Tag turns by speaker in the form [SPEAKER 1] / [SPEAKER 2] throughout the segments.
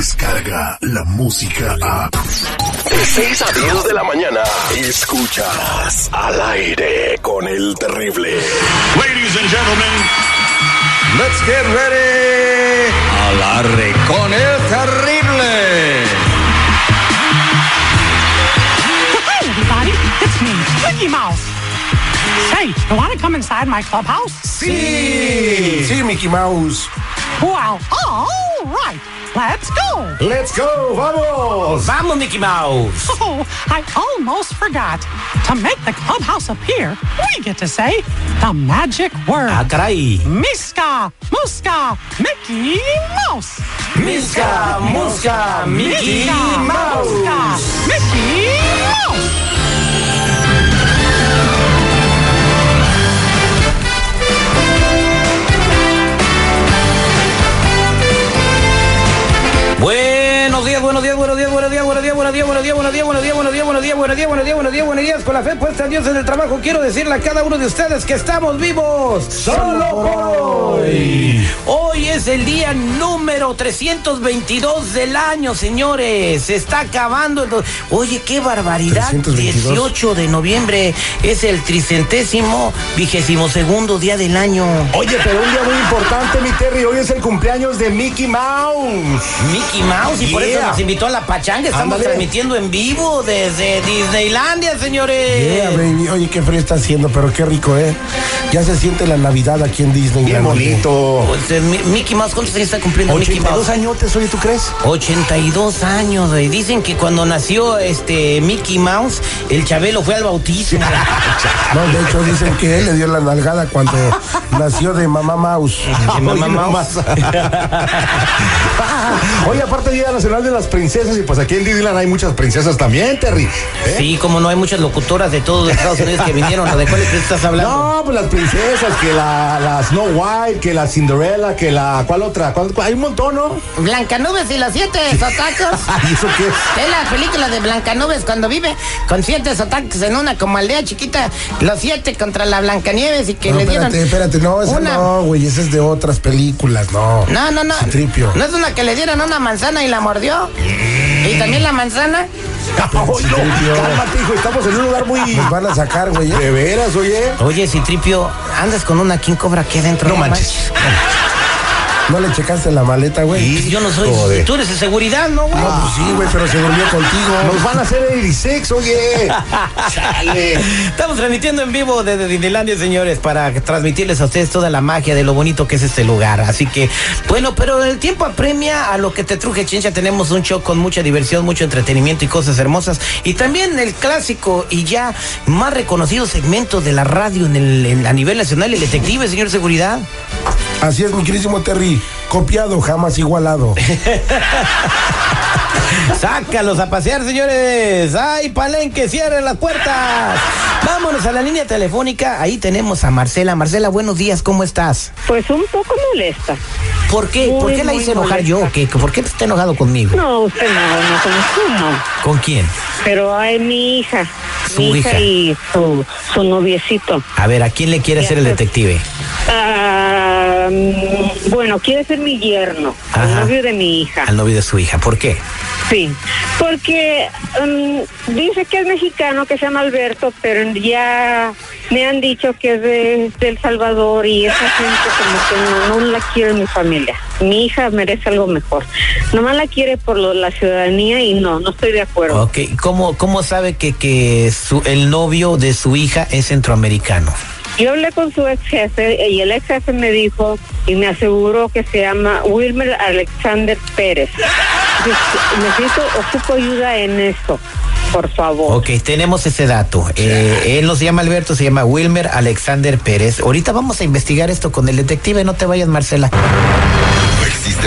[SPEAKER 1] Escucha la música a.
[SPEAKER 2] De 6 a 10 de la mañana. Escuchas al aire con el terrible.
[SPEAKER 3] Ladies and gentlemen,
[SPEAKER 4] Let's get ready. Alarre con el terrible.
[SPEAKER 5] Hi, everybody. It's me, Mickey Mouse. Say, you want to come inside my clubhouse?
[SPEAKER 4] Sí. Sí, Mickey Mouse.
[SPEAKER 5] Well, all right. Let's go.
[SPEAKER 4] Let's go. Vamos.
[SPEAKER 6] Vamos, Mickey Mouse.
[SPEAKER 5] Oh, I almost forgot. To make the clubhouse appear, we get to say the magic word.
[SPEAKER 6] Ah, caray.
[SPEAKER 5] Miska, Muska, Mickey Mouse.
[SPEAKER 6] Miska, Muska, Mickey
[SPEAKER 5] Miska,
[SPEAKER 6] Mouse.
[SPEAKER 5] Muska, Mickey Mouse.
[SPEAKER 6] Buenos días, buenos días, buenos días, buenos días, buenos días, buenos días, buenos días, buenos días, buenos días, buenos días, buenos días, buenos días, buenos días, buenos días, buenos días. Con la fe puesta en Dios en el trabajo, quiero decirle a cada uno de ustedes que estamos vivos. Solo por hoy. Hoy es el día número 322 del año, señores. Se está acabando el... do- Oye, qué barbaridad.
[SPEAKER 4] 322.
[SPEAKER 6] 18 de noviembre es el tricentésimo vigésimo segundo día del año.
[SPEAKER 4] Oye, pero un día muy importante, mi Terry. Hoy es el cumpleaños de Mickey Mouse.
[SPEAKER 6] Mickey Mouse y por eso
[SPEAKER 4] Yeah.
[SPEAKER 6] nos invitó a la pachanga. Estamos
[SPEAKER 4] Ándale.
[SPEAKER 6] transmitiendo en vivo desde Disneylandia, señores.
[SPEAKER 7] Yeah, baby. Oye, qué frío está haciendo, pero qué rico, ¿eh? Ya se siente la Navidad aquí en Disney.
[SPEAKER 4] Bien bonito.
[SPEAKER 6] Pues, eh, Mi- Mickey Mouse, ¿cuántos años está cumpliendo Mickey
[SPEAKER 7] 82
[SPEAKER 6] Mouse?
[SPEAKER 7] añotes, oye, ¿tú crees?
[SPEAKER 6] 82 años, güey. Dicen que cuando nació este Mickey Mouse, el Chabelo fue al bautismo.
[SPEAKER 7] No, de hecho dicen que él le dio la nalgada cuando nació de Mamá Mouse.
[SPEAKER 6] De Mamá
[SPEAKER 4] Oye, nomás.
[SPEAKER 6] Mouse.
[SPEAKER 4] Oye, aparte Día Nacional de las Princesas y pues aquí en Disneyland hay muchas princesas también, Terry. ¿eh?
[SPEAKER 6] Sí, como no hay muchas locutoras de todos los Estados Unidos que vinieron. ¿De cuáles te estás hablando?
[SPEAKER 4] No, pues las princesas, que la, la Snow White, que la Cinderella, que la... ¿Cuál otra? ¿Cuál- cuál? Hay un montón, ¿no?
[SPEAKER 6] Blancanubes y los siete sotacos.
[SPEAKER 4] ¿Y eso qué es?
[SPEAKER 6] Es la película de Blancanieves cuando vive con siete ataques en una como aldea chiquita, los siete contra la Blancanieves y que
[SPEAKER 7] No,
[SPEAKER 6] le dieron.
[SPEAKER 7] espérate, espérate, no, esa
[SPEAKER 6] una-
[SPEAKER 7] no, güey, esa es de otras películas, no.
[SPEAKER 6] No, no, no.
[SPEAKER 7] Citripio.
[SPEAKER 6] No es una que le dieron una manzana y la mordió. Y también la manzana.
[SPEAKER 4] Ay, no, cálmate, hijo, estamos en un lugar muy...
[SPEAKER 7] Nos van a sacar, güey. ¿eh?
[SPEAKER 4] De veras, oye.
[SPEAKER 6] Oye, Citripio, andas con una King Cobra aquí dentro.
[SPEAKER 4] No manches.
[SPEAKER 7] No le checaste la maleta, güey.
[SPEAKER 6] Yo no soy.
[SPEAKER 4] Joder.
[SPEAKER 6] Tú eres de seguridad, ¿no, güey?
[SPEAKER 7] No, pues sí, güey, pero se durmió
[SPEAKER 4] Nos
[SPEAKER 7] contigo.
[SPEAKER 4] van a hacer el Irisex, oye. Chale.
[SPEAKER 6] Estamos transmitiendo en vivo desde Disneylandia, señores, para transmitirles a ustedes toda la magia de lo bonito que es este lugar. Así que, bueno, pero el tiempo apremia a lo que te truje, chincha. Tenemos un show con mucha diversión, mucho entretenimiento y cosas hermosas. Y también el clásico y ya más reconocido segmento de la radio en el, en- a nivel nacional, el detective, señor seguridad.
[SPEAKER 7] Así es, mi querísimo Terry. Copiado, jamás igualado.
[SPEAKER 6] Sácalos a pasear, señores. ¡Ay, palenque, cierren las puertas! Vámonos a la línea telefónica. Ahí tenemos a Marcela. Marcela, buenos días, ¿cómo estás?
[SPEAKER 8] Pues un poco molesta.
[SPEAKER 6] ¿Por qué?
[SPEAKER 8] Muy,
[SPEAKER 6] ¿Por qué la
[SPEAKER 8] muy
[SPEAKER 6] hice enojar yo?
[SPEAKER 8] molesta.
[SPEAKER 6] ¿Qué? ¿Por qué está enojado conmigo?
[SPEAKER 8] No, usted no, no con usted no.
[SPEAKER 6] ¿Con quién?
[SPEAKER 8] Pero hay mi hija.
[SPEAKER 6] Su
[SPEAKER 8] mi
[SPEAKER 6] hija.
[SPEAKER 8] y su, su noviecito.
[SPEAKER 6] A ver, ¿a quién le quiere
[SPEAKER 8] Ya
[SPEAKER 6] hacer el
[SPEAKER 8] sé.
[SPEAKER 6] detective?
[SPEAKER 8] Ah, mm, bueno, quiere ser mi yerno, el
[SPEAKER 6] Ajá.
[SPEAKER 8] novio de mi hija.
[SPEAKER 6] Al novio de su hija. ¿Por qué?
[SPEAKER 8] Sí, porque mm, dice que es mexicano, que se llama Alberto, pero ya me han dicho que es de, de El Salvador y esa gente como que no, no la quiere mi familia. Mi hija merece algo mejor. Nomás la quiere por lo- la ciudadanía y no, no estoy de acuerdo.
[SPEAKER 6] Ok, ¿cómo, cómo sabe que, que su- el novio de su hija es centroamericano?
[SPEAKER 8] Yo hablé con su ex jefe y el ex jefe me dijo y me aseguró que se llama Wilmer Alexander Pérez. Dice, Necesito, ocupo ayuda en esto, por favor.
[SPEAKER 6] Ok, tenemos ese dato. Eh, él no se llama Alberto, se llama Wilmer Alexander Pérez. Ahorita vamos a investigar esto con el detective. No te vayas, Marcela.
[SPEAKER 2] No existe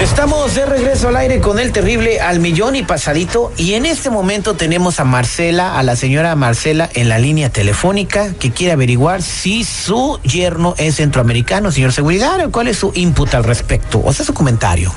[SPEAKER 6] Estamos de regreso al aire con el terrible al millón y pasadito y en este momento tenemos a Marcela, a la señora Marcela en la línea telefónica que quiere averiguar si su yerno es centroamericano, señor seguridad, o cuál es su input al respecto, o sea, su comentario.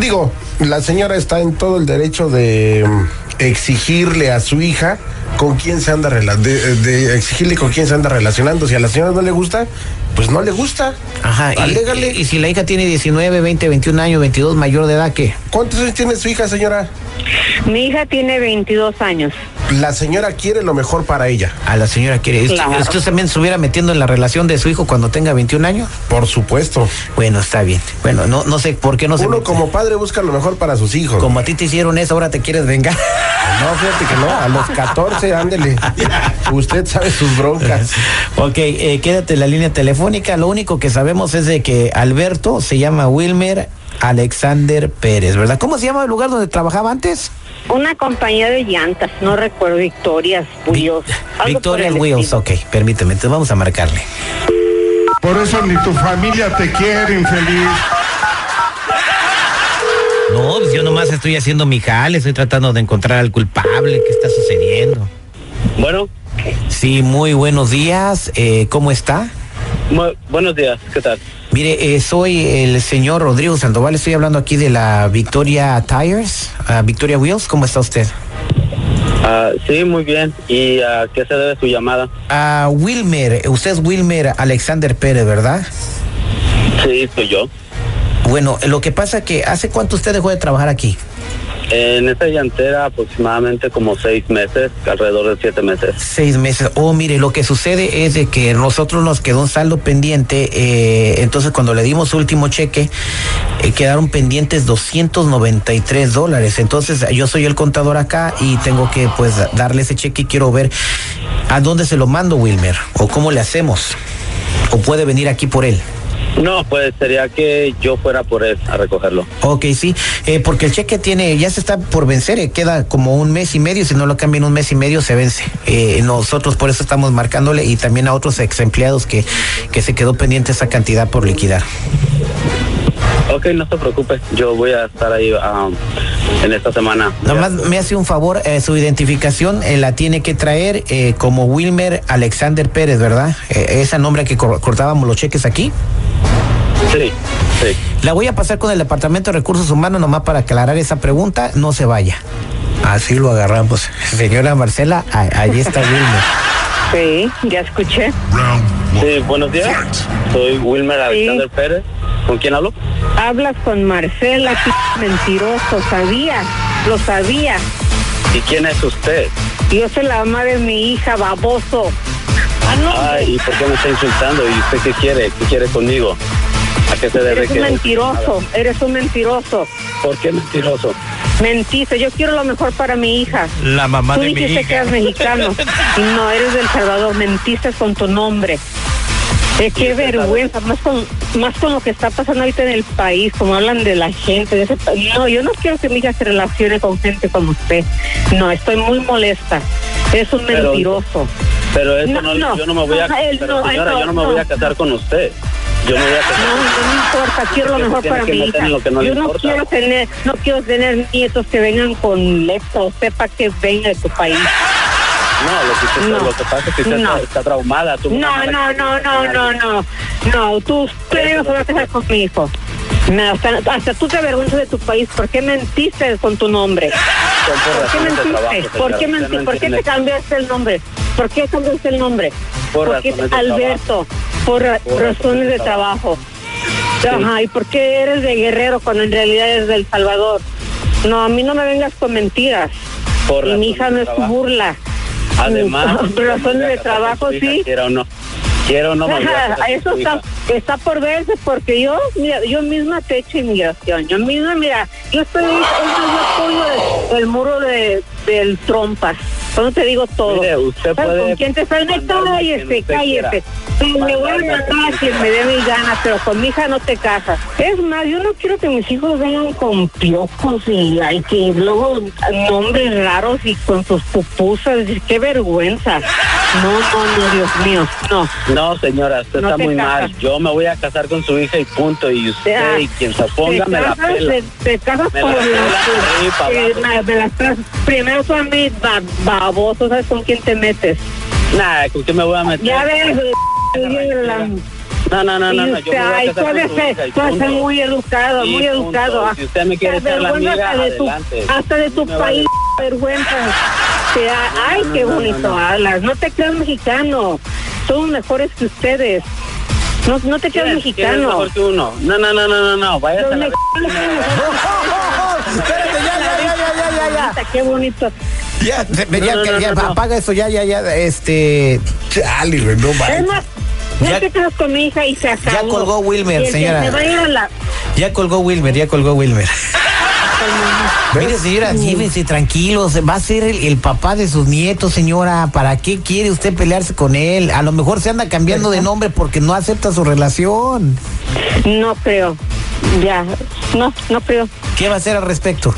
[SPEAKER 7] Digo, la señora está en todo el derecho de mm, exigirle a su hija con quién se anda rela- de, de exigirle con quién se anda relacionando. Si a la señora no le gusta, pues no le gusta.
[SPEAKER 6] Ajá, y,
[SPEAKER 7] Alégale.
[SPEAKER 6] y si la hija tiene 19, 20, 21 años, 22, mayor de edad, ¿qué?
[SPEAKER 7] ¿Cuántos años tiene su hija, señora?
[SPEAKER 8] Mi hija tiene 22 años.
[SPEAKER 7] La señora quiere lo mejor para ella.
[SPEAKER 6] A la señora quiere. ¿Usted,
[SPEAKER 8] Claro.
[SPEAKER 6] usted también se hubiera metiendo en la relación de su hijo cuando tenga 21 años?
[SPEAKER 7] Por supuesto.
[SPEAKER 6] Bueno, está bien. Bueno, no, no sé por qué no se
[SPEAKER 7] Uno
[SPEAKER 6] mete.
[SPEAKER 7] como padre busca lo mejor para sus hijos.
[SPEAKER 6] Como a ti te hicieron eso, ahora te quieres vengar.
[SPEAKER 7] No, fíjate que no, a los 14, ándele. Usted sabe sus broncas.
[SPEAKER 6] Ok, eh, quédate en la línea telefónica. Lo único que sabemos es de que Alberto se llama Wilmer Alexander Pérez, ¿verdad? ¿Cómo se llama el lugar donde trabajaba antes?
[SPEAKER 8] Una compañía de llantas, no recuerdo, Victorias, Wheels. algo por
[SPEAKER 6] Victoria
[SPEAKER 8] el
[SPEAKER 6] Wheels,
[SPEAKER 8] estilo.
[SPEAKER 6] ok, permíteme, entonces vamos a marcarle.
[SPEAKER 9] Por eso ni tu familia te quiere, infeliz.
[SPEAKER 6] No, pues yo nomás estoy haciendo mi jale, estoy tratando de encontrar al culpable, ¿qué está sucediendo?
[SPEAKER 10] Bueno,
[SPEAKER 6] Sí, muy buenos días, eh, ¿cómo está?
[SPEAKER 10] mu- buenos días, ¿qué tal?
[SPEAKER 6] Mire, eh, soy el señor Rodrigo Sandoval, estoy hablando aquí de la Victoria Tires, ah, Victoria Wheels, ¿cómo está usted?
[SPEAKER 10] Ah, sí, muy bien. ¿Y a qué se debe su llamada?
[SPEAKER 6] Ah, Wilmer, usted es Wilmer Alexander Pérez, ¿verdad?
[SPEAKER 10] Sí, soy yo.
[SPEAKER 6] Bueno, lo que pasa que hace cuánto usted dejó de trabajar aquí?
[SPEAKER 10] En esta llantera aproximadamente como seis meses, alrededor de siete meses.
[SPEAKER 6] Seis meses. Oh, mire, lo que sucede es de que nosotros nos quedó un saldo pendiente, eh, entonces cuando le dimos su último cheque, eh, quedaron pendientes 293 dólares. Entonces yo soy el contador acá y tengo que pues darle ese cheque y quiero ver a dónde se lo mando, Wilmer, o cómo le hacemos, o puede venir aquí por él.
[SPEAKER 10] No, pues sería que yo fuera por él a recogerlo.
[SPEAKER 6] Ok, sí, eh, porque el cheque tiene, ya se está por vencer, eh, queda como un mes y medio, si no lo cambian un mes y medio se vence. Eh, nosotros por eso estamos marcándole y también a otros ex empleados que, que se quedó pendiente esa cantidad por liquidar.
[SPEAKER 10] Ok, no se preocupe, yo voy a estar ahí ah, en esta semana.
[SPEAKER 6] Nomás me hace un favor, eh, su identificación eh, la tiene que traer eh, como Wilmer Alexander Pérez, ¿verdad? Eh, esa nombre que cor- cortábamos los cheques aquí.
[SPEAKER 10] Sí, sí.
[SPEAKER 6] La voy a pasar con el Departamento de Recursos Humanos nomás para aclarar esa pregunta. No se vaya. Así lo agarramos. Señora Marcela, a- ahí está Wilmer.
[SPEAKER 8] Sí, ya escuché.
[SPEAKER 10] Sí, buenos días. Soy Wilmer Alexander Pérez. ¿Con quién hablo?
[SPEAKER 8] Hablas con Marcela, p- mentiroso, sabía, lo sabía.
[SPEAKER 10] ¿Y quién es usted?
[SPEAKER 8] Yo soy la mamá de mi hija, baboso. Ah, no,
[SPEAKER 10] Ay, ¿y por qué me está insultando? ¿Y usted qué quiere? ¿Qué quiere conmigo? ¿A qué se debe
[SPEAKER 8] eres
[SPEAKER 10] que...
[SPEAKER 8] un mentiroso, eres un mentiroso.
[SPEAKER 10] ¿Por qué mentiroso?
[SPEAKER 8] Mentiste, yo quiero lo mejor para mi hija.
[SPEAKER 6] La mamá
[SPEAKER 8] Tú
[SPEAKER 6] de mi
[SPEAKER 8] dijiste
[SPEAKER 6] hija.
[SPEAKER 8] que eras mexicano. Y no, eres del Salvador, mentiste con tu nombre. Eh, qué vergüenza, más con, más con lo que está pasando ahorita en el país, como hablan de la gente. de ese pa- no, yo no quiero que mi hija se relacione con gente como usted. No, estoy muy molesta. Es un
[SPEAKER 10] Pero-
[SPEAKER 8] mentiroso.
[SPEAKER 10] Pero eso
[SPEAKER 8] No,
[SPEAKER 10] no,
[SPEAKER 8] no.
[SPEAKER 10] yo no me voy a...
[SPEAKER 8] Ajá, él
[SPEAKER 10] pero
[SPEAKER 8] no,
[SPEAKER 10] señora,
[SPEAKER 8] él no,
[SPEAKER 10] yo no me voy a
[SPEAKER 8] no.
[SPEAKER 10] casar con usted. Yo me voy
[SPEAKER 8] No,
[SPEAKER 10] a casar con
[SPEAKER 8] no me importa, quiero lo
[SPEAKER 10] Porque
[SPEAKER 8] mejor
[SPEAKER 10] tiene
[SPEAKER 8] para
[SPEAKER 10] que
[SPEAKER 8] mi
[SPEAKER 10] meter
[SPEAKER 8] hija.
[SPEAKER 10] en lo que no le
[SPEAKER 8] Yo no
[SPEAKER 10] importa.
[SPEAKER 8] quiero tener, no quiero tener nietos que vengan con lepto, sepa que venga de tu país.
[SPEAKER 10] No, lo que, usted-
[SPEAKER 8] No.
[SPEAKER 10] lo que pasa es que usted
[SPEAKER 8] No.
[SPEAKER 10] está, está traumada. Tú
[SPEAKER 8] No, no, no, no, no, no. No, tú, pero se va a casar con mi hijo. No, hasta, hasta tú te avergüenzas de tu país. ¿Por qué mentiste con tu nombre? ¿Por qué mentiste? ¿Por qué mentiste? ¿Por qué te cambiaste el nombre? ¿Por qué cambiaste el nombre?
[SPEAKER 10] Por
[SPEAKER 8] Porque es
[SPEAKER 10] razones de
[SPEAKER 8] Alberto, por, ra-
[SPEAKER 10] Por
[SPEAKER 8] razones de trabajo. Ajá, ¿y por qué eres de Guerrero cuando en realidad eres del Salvador? No, a mí no me vengas con mentiras.
[SPEAKER 10] Por
[SPEAKER 8] Y mi
[SPEAKER 10] razones
[SPEAKER 8] hija
[SPEAKER 10] de
[SPEAKER 8] no es tu
[SPEAKER 10] trabajo.
[SPEAKER 8] burla.
[SPEAKER 10] Además...
[SPEAKER 8] Por razones de trabajo, sí.
[SPEAKER 10] Quiero o no. Quiero o no me voy a
[SPEAKER 8] Ajá,
[SPEAKER 10] casar con
[SPEAKER 8] eso
[SPEAKER 10] su hija.
[SPEAKER 8] está, está por verse porque yo mira, yo misma te he hecho inmigración. Yo misma, mira, yo estoy es más, yo apoyo el, el muro de, del trompas. Cuando te digo todo.
[SPEAKER 10] Mire, usted
[SPEAKER 8] ¿Sabes
[SPEAKER 10] puede
[SPEAKER 8] ¿Con quién te sale?
[SPEAKER 10] mandarme
[SPEAKER 8] Cállese,
[SPEAKER 10] quien usted
[SPEAKER 8] cállese.
[SPEAKER 10] quiera.
[SPEAKER 8] Me voy a matar a quien me dé mis ganas, pero con mi hija no te casas. Es más, yo no quiero que mis hijos vengan con piojos y, ay, que luego nombres raros y con sus pupusas. Qué vergüenza. No, no, no, Dios mío, no.
[SPEAKER 10] No, señora, usted
[SPEAKER 8] No
[SPEAKER 10] está
[SPEAKER 8] te
[SPEAKER 10] muy
[SPEAKER 8] casas.
[SPEAKER 10] mal. Yo me voy a casar con su hija y punto. Y usted
[SPEAKER 8] Ah,
[SPEAKER 10] y quien se oponga
[SPEAKER 8] te
[SPEAKER 10] me la
[SPEAKER 8] casas,
[SPEAKER 10] pela.
[SPEAKER 8] Te, te casas
[SPEAKER 10] Me
[SPEAKER 8] por
[SPEAKER 10] la
[SPEAKER 8] las
[SPEAKER 10] pela, sí, pa'
[SPEAKER 8] que-
[SPEAKER 10] abajo.
[SPEAKER 8] me- me las casas. Primero tú a mí, ba- baboso, ¿sabes con quién te metes?
[SPEAKER 10] Nah, ¿con qué me voy a meter?
[SPEAKER 8] Ya ves, oye, la-
[SPEAKER 10] No, no, no, no, no,
[SPEAKER 8] y
[SPEAKER 10] yo me voy a
[SPEAKER 8] ay,
[SPEAKER 10] casar
[SPEAKER 8] tú has
[SPEAKER 10] con
[SPEAKER 8] de
[SPEAKER 10] su
[SPEAKER 8] ser-
[SPEAKER 10] hija y
[SPEAKER 8] tú has de ser
[SPEAKER 10] punto.
[SPEAKER 8] muy educado,
[SPEAKER 10] Sí,
[SPEAKER 8] muy
[SPEAKER 10] punto.
[SPEAKER 8] educado. ah.
[SPEAKER 10] Si usted me quiere
[SPEAKER 8] Te
[SPEAKER 10] ser la
[SPEAKER 8] avergüenzas
[SPEAKER 10] amiga,
[SPEAKER 8] hasta de tu-
[SPEAKER 10] adelante.
[SPEAKER 8] Hasta de tu
[SPEAKER 10] Me vale.
[SPEAKER 8] país, vergüenza. Te ha- ay, qué
[SPEAKER 10] no, no,
[SPEAKER 8] bonito
[SPEAKER 10] no.
[SPEAKER 8] hablas. No te creas mexicano. Somos mejores que ustedes. No, no te creas
[SPEAKER 10] ¿Quién? ¿Quién es
[SPEAKER 8] mexicano.
[SPEAKER 10] mejor que uno? No, no, no, no, no, no, váyase a la
[SPEAKER 8] Los mexicanos son mejores que ustedes.
[SPEAKER 6] Espérate, ya, ya, ya, ya, ya, ya, ya.
[SPEAKER 8] Qué bonito.
[SPEAKER 6] Ya, ya,
[SPEAKER 2] No,
[SPEAKER 6] ya,
[SPEAKER 2] no, no,
[SPEAKER 6] ya,
[SPEAKER 2] no, no.
[SPEAKER 6] apaga eso, ya, ya, ya, este...
[SPEAKER 2] Chale, güey, no
[SPEAKER 8] Es
[SPEAKER 2] mames.
[SPEAKER 8] más, no
[SPEAKER 6] Ya-
[SPEAKER 8] te casas con mi hija y se acabó.
[SPEAKER 6] Ya colgó Wilmer,
[SPEAKER 8] Y el que
[SPEAKER 6] señora.
[SPEAKER 8] se vaya a la-
[SPEAKER 6] Ya colgó Wilmer, ya colgó Wilmer. Mire, señora, llévense tranquilos. Va a ser el, el papá de sus nietos, señora. ¿Para qué quiere usted pelearse con él? A lo mejor se anda cambiando de nombre porque no acepta su relación.
[SPEAKER 8] No creo. Ya. No, no creo.
[SPEAKER 6] ¿Qué va a hacer al respecto?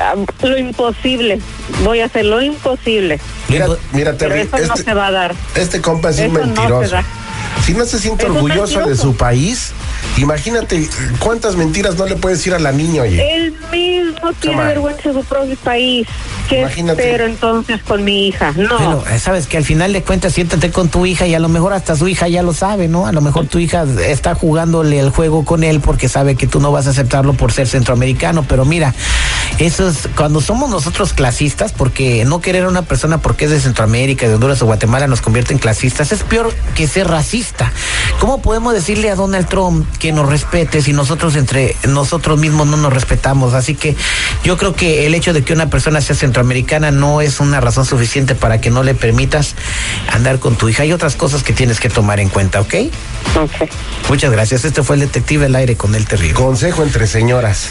[SPEAKER 8] Ah, Lo imposible. Voy a hacer lo imposible.
[SPEAKER 2] Mira, mira,
[SPEAKER 8] Pero
[SPEAKER 2] Terry,
[SPEAKER 8] eso no
[SPEAKER 2] este,
[SPEAKER 8] se va a dar.
[SPEAKER 2] este compa es un
[SPEAKER 8] Eso no se
[SPEAKER 2] mentiroso.
[SPEAKER 8] da.
[SPEAKER 2] si no se siente
[SPEAKER 8] Eso es
[SPEAKER 2] orgulloso de
[SPEAKER 8] mentiroso.
[SPEAKER 2] su país, imagínate cuántas mentiras no le puedes decir a la niña, oye.
[SPEAKER 8] Él mismo tiene
[SPEAKER 2] on.
[SPEAKER 8] vergüenza de su propio país. ¿Qué
[SPEAKER 2] Imagínate.
[SPEAKER 8] espero entonces con mi hija? No.
[SPEAKER 6] Bueno, eh, sabes que al final de cuentas siéntate con tu hija y a lo mejor hasta su hija ya lo sabe, ¿no? A lo mejor tu hija está jugándole el juego con él porque sabe que tú no vas a aceptarlo por ser centroamericano, pero mira, eso es cuando somos nosotros clasistas, porque no querer a una persona porque es de Centroamérica, de Honduras o Guatemala nos convierte en clasistas, es peor que ser racista. ¿Cómo podemos decirle a Donald Trump que nos respete si nosotros entre nosotros mismos no nos respetamos? Así que yo creo que el hecho de que una persona sea centroamericana no es una razón suficiente para que no le permitas andar con tu hija. Hay otras cosas que tienes que tomar en cuenta, ¿ok?
[SPEAKER 8] Ok.
[SPEAKER 6] Muchas gracias. Este fue el detective al aire con el terrible.
[SPEAKER 2] Consejo entre señoras.